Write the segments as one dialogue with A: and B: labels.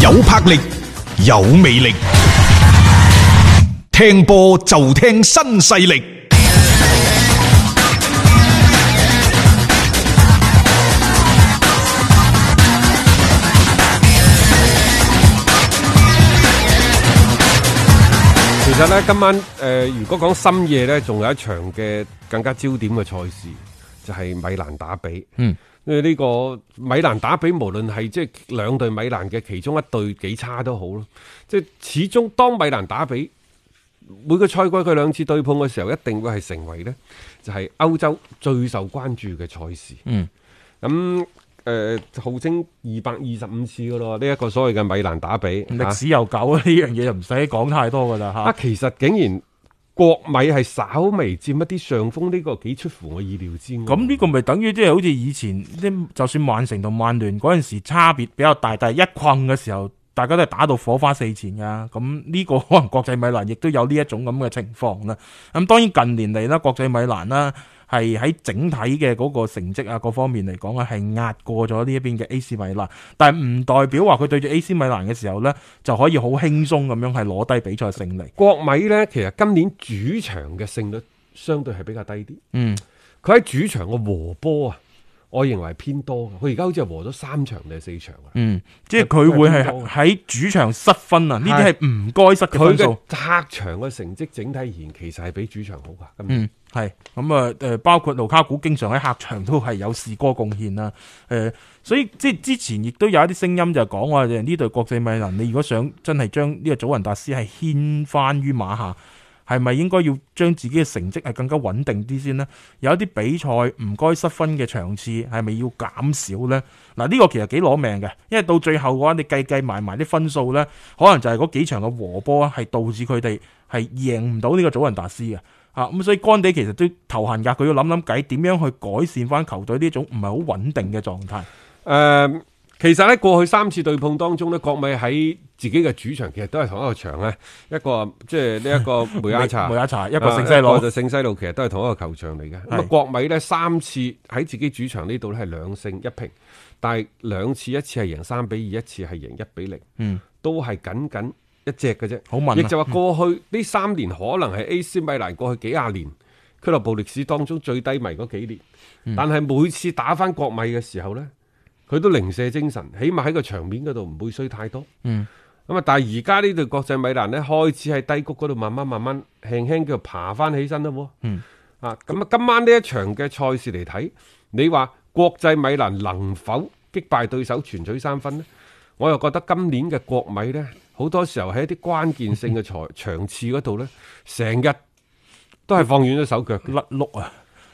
A: 有魄力，有魅力，聽波就聽新勢力。
B: 其實呢，今晚誒、呃如果講深夜呢，仲有一場嘅更加焦點嘅賽事，就係、米蘭打比。嗯，因為呢個米蘭打比，無論係即係兩隊米蘭嘅其中一隊幾差都好咯，即係始終當米蘭打比。每個賽季佢兩次對碰嘅時候，一定會係成為呢就係、歐洲最受關注嘅賽事。嗯，咁誒、號稱二百二十五次噶咯，呢、一個所謂嘅米蘭打比
C: 歷
B: 啊
C: 史悠久啊，呢樣嘢就唔使講太多噶啦
B: 啊
C: 嚇。，
B: 其實竟然國米係稍微佔一啲上風，呢、個幾出乎我意料之外。
C: 咁呢個咪等於即係好似以前啲，就算曼城同曼聯嗰陣時差別比較大，但係一困嘅時候，大家都係打到火花四濺噶。咁呢個可能國際米蘭亦都有呢一種咁嘅情況啦。咁當然近年嚟啦，國際米蘭啦係喺整體嘅嗰個成績啊各方面嚟講啊，係壓過咗呢一邊嘅 AC 米蘭，但係唔代表話佢對住 AC 米蘭嘅時候呢，就可以好輕鬆咁樣係攞低比賽勝利。
B: 國米呢，其實今年主場嘅勝率相對係比較低啲。
C: 嗯，
B: 佢喺主場嘅和波啊，我認為係偏多嘅。佢而家好似係和咗三場定係四場啊。
C: 嗯，即係佢會
B: 佢係邊
C: 係
B: 個
C: 喺主場失分啊！呢啲係唔該失嘅
B: 佢
C: 分
B: 嘅
C: 數。
B: 客場嘅成績整體而言，其實係比主場好噶。今年
C: 嗯，係咁啊，誒，包括盧卡古經常喺客場都係有士哥貢獻啦。誒、所以即係之前亦都有一啲聲音就講話，誒呢隊國際米蘭，你如果想真係將呢個祖雲達斯係牽翻於馬下，係咪應該要將自己嘅成績係更加穩定啲先呢？有一啲比賽唔該失分嘅場次係咪要減少呢？嗱，呢個其實幾攞命嘅，因為到最後嘅話，你計計埋埋啲分數呢，可能就係嗰幾場嘅和波啊，係導致佢哋係贏唔到呢個祖雲達斯嘅。啊，咁所以干地其實都頭痕㗎，佢要諗諗計點樣去改善翻球隊呢種唔係好穩定嘅狀態。
B: 誒、呃其實咧過去三次對碰當中呢，國米喺自己嘅主場其實都係同一個場啊，一個即係呢一 個梅亞查，
C: 梅亞查一個
B: 啊
C: 聖西羅
B: 一個就聖西路，其實都係同一個球場嚟嘅。咁啊
C: 係，
B: 國米呢，三次喺自己主場呢度呢係兩勝一平，但係兩次一次係贏三比二，一次係贏一比零，
C: 嗯，
B: 都係僅僅一隻嘅啫。
C: 好問啊
B: 亦就話過去呢三年可能係 AC 米蘭過去幾廿年俱樂部歷史當中最低迷嗰幾年，
C: 嗯
B: 但係每次打翻國米嘅時候呢，佢都零舍精神，起碼喺個場面嗰度唔會衰太多。
C: 嗯。
B: 咁啊！但係而家呢隊國際米蘭呢，開始喺低谷嗰度慢慢慢慢輕輕叫爬翻起身啦喎。
C: 嗯。
B: 啊，咁啊，今晚呢一場嘅賽事嚟睇，你話國際米蘭能否擊敗對手全取三分呢？我又覺得今年嘅國米呢，好多時候喺一啲關鍵性嘅場場次嗰度呢，成日都係放軟咗手腳嘅。
C: 甩碌啊！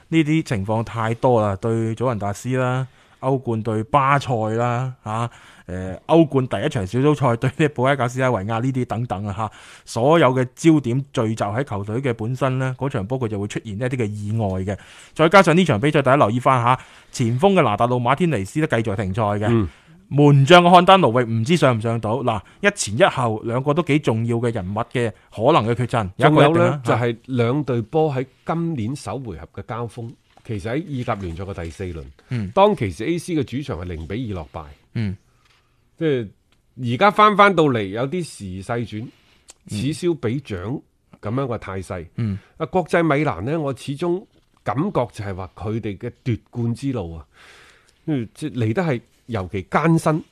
C: 呢啲情況太多啦，對祖雲達斯啦、歐冠對巴塞啦、嚇、誒歐冠第一場小組賽對呢布拉格斯拉維亞呢啲等等啊嚇，所有嘅焦點聚集喺球隊嘅本身呢嗰場波佢就會出現一啲嘅意外嘅。再加上呢場比賽，大家留意翻嚇，前鋒嘅拿達路馬天尼斯都繼續停賽嘅。
B: 嗯
C: 門將嘅漢丹奴域唔知上唔上到嗱，一前一後兩個都幾重要嘅人物嘅可能嘅缺陣，一
B: 仲
C: 個一
B: 有
C: 定
B: 呢
C: 啦，
B: 就
C: 嚇
B: 係兩隊波喺今年首回合嘅交鋒，其實喺意甲聯賽嘅第四輪，
C: 嗯
B: 當其時 A.C. 嘅主場係零比二落敗，
C: 嗯
B: 即係而家翻翻到嚟有啲時勢
C: 嗯
B: 轉，此消彼長咁樣嘅態勢。
C: 嗯
B: 啊，國際米蘭呢，我始終感覺就係話佢哋嘅奪冠之路啊，嗯即係嚟得係尤其艱辛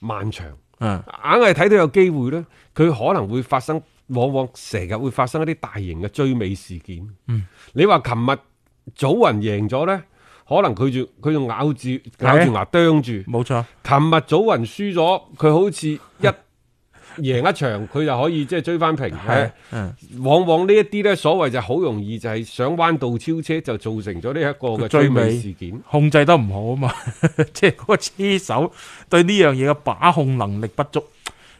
B: 漫長。
C: 嗯
B: 硬係睇到有機會呢，佢可能會發生，往往成日會發生一啲大型嘅追尾事件。
C: 嗯
B: 你話琴日祖雲贏咗呢，可能佢仲佢仲咬住
C: 係啊
B: 咬住牙啄住。琴日
C: 冇錯。
B: 祖雲輸咗，佢好似一 贏一場，佢就可以即係追翻平。
C: 係，嗯，
B: 往往呢一啲呢，所謂就好容易就係上彎道超車，就造成咗呢一個嘅
C: 追
B: 追尾
C: 尾
B: 事件。
C: 控制得唔好啊嘛， 即係嗰個車手對呢樣嘢嘅把控能力不足，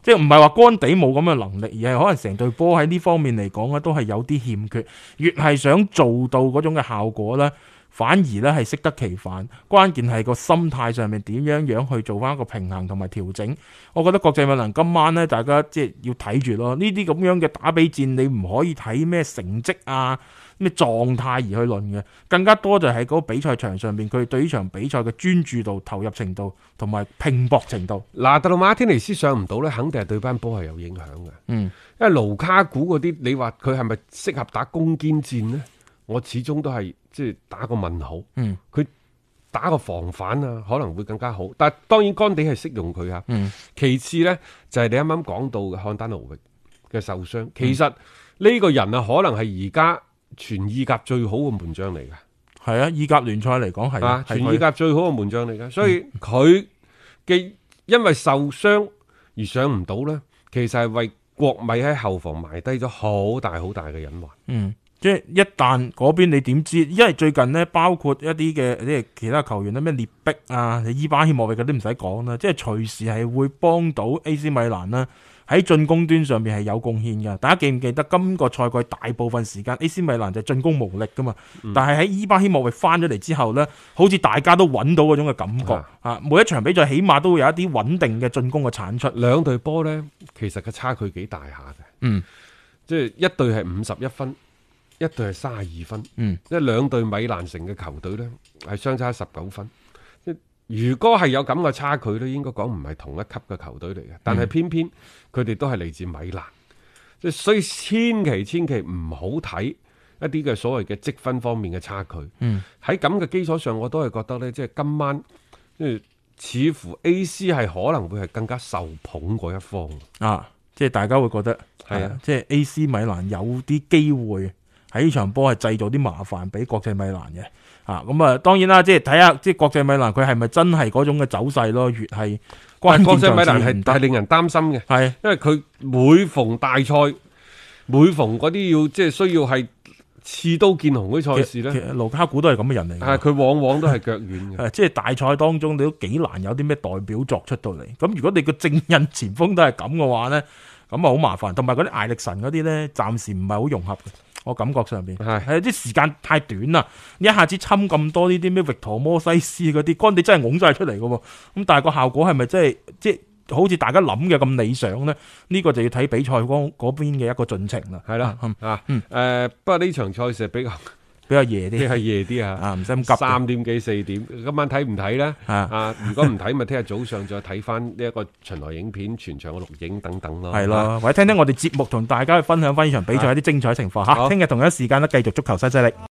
C: 即係唔係話干地冇咁嘅能力，而係可能成隊波喺呢方面嚟講咧都係有啲欠缺，越係想做到嗰種嘅效果咧。反而咧係適得其反，關鍵係個心態上面點樣樣去做翻一個平衡同埋調整。我覺得國際米蘭今晚咧，大家即係要睇住咯。呢啲咁樣嘅打比戰，你唔可以睇咩成績啊，咩狀態而去論嘅，更加多就係嗰個比賽場上面佢對呢場比賽嘅專注度、投入程度同埋拼搏程度。
B: 嗱，特魯馬天尼斯上唔到呢，肯定係對班波係有影響嘅。
C: 嗯，
B: 因為盧卡古嗰啲，你話佢係咪適合打攻堅戰呢？我始終都係即係打個問號。
C: 嗯，
B: 佢打個防反啊，可能會更加好。但係當然，干地係適用佢啊。
C: 嗯，
B: 其次呢，就係、你啱啱講到嘅漢丹奴域嘅受傷，其實呢個人啊，可能係而家全意甲最好嘅門將嚟嘅。
C: 係啊，意甲聯賽嚟講係
B: 啊，
C: 係
B: 全
C: 佢嗯
B: 意甲最好嘅門將嚟噶，所以佢嘅因為受傷而上唔到呢，其實係為國米喺後防埋低咗好大好大嘅隱患。
C: 嗯，即係一旦嗰邊你點知？因為最近呢，包括一啲嘅即係其他球員咧，咩列碧啊、伊巴希莫域嗰啲唔使講啦，即係隨時係會幫到 AC 米蘭啦。喺進攻端上面係有貢獻嘅，大家記唔記得今個賽季大部分時間 AC 米蘭就進攻無力噶嘛？但係喺伊巴希莫域翻咗嚟之後呢，好似大家都揾到嗰種嘅感覺
B: 啊
C: 啊！每一場比賽起碼都會有一啲穩定嘅進攻嘅產出。
B: 兩隊波呢，其實嘅差距幾大下嘅，
C: 嗯，
B: 即係一隊係五十一分，一隊係三十二分，
C: 嗯，
B: 即係兩隊米蘭城嘅球隊呢，係相差十九分。即係如果係有咁嘅差距呢，應該講唔係同一級嘅球隊嚟
C: 嗯
B: 嘅，但係偏偏佢哋都係嚟自米蘭，即係所以千祈千祈唔好睇一啲嘅所謂嘅積分方面嘅差距。
C: 嗯，
B: 喺咁嘅基礎上，我都係覺得呢，即係今晚即係似乎 A.C. 係可能會係更加受捧嗰一方。
C: 啊，即係大家會覺得
B: 係啊，
C: 即係 AC 米蘭有啲機會喺呢場波係製造啲麻煩俾國際米蘭嘅。啊，咁啊，當然啦，即係睇下即係國際米蘭佢係咪真係嗰種嘅走勢咯，越係關
B: 但
C: 鍵
B: 國際米蘭
C: 場次
B: 係
C: 唔
B: 係
C: 得，
B: 令人擔心嘅，
C: 係
B: 因為佢每逢大賽，每逢嗰啲要即係需要係刺刀見紅嗰啲賽事
C: 其
B: 呢，
C: 實盧卡古都係咁嘅人嚟
B: 啊
C: 嘅。
B: 佢往往都係腳軟嘅。
C: 誒，即係大賽當中，你都幾難有啲咩代表作出到嚟。咁如果你個正印前鋒都係咁嘅話呢，咁啊好麻煩。同埋嗰啲艾力神嗰啲呢，暫時唔係好融合嘅，我感覺上邊
B: 係
C: 係啲時間太短啦，一下子侵咁多呢啲咩域陀摩西斯嗰啲，干地真係拱晒出嚟嘅喎。咁但係個效果係咪真係即係好似大家諗嘅咁理想呢？呢、個就要睇比賽嗰嗰邊嘅一個進程啦。
B: 係啦，啊，
C: 嗯
B: 誒，不過呢場賽事比較
C: 比較夜
B: 比
C: 啲
B: 較夜啲啊，
C: 啊，唔使 咁急嘅。
B: 三點幾四點，今晚睇唔睇呢？
C: 啊
B: 啊，如果唔睇咪聽日早上再睇翻呢一個巡邏影片、全場嘅錄影等等咯。
C: 系咯，或者聽聽我哋節目同大家去分享翻呢場比賽一啲精彩情況
B: 啊好
C: 吓。聽日同一時間咧，繼續足球新勢力。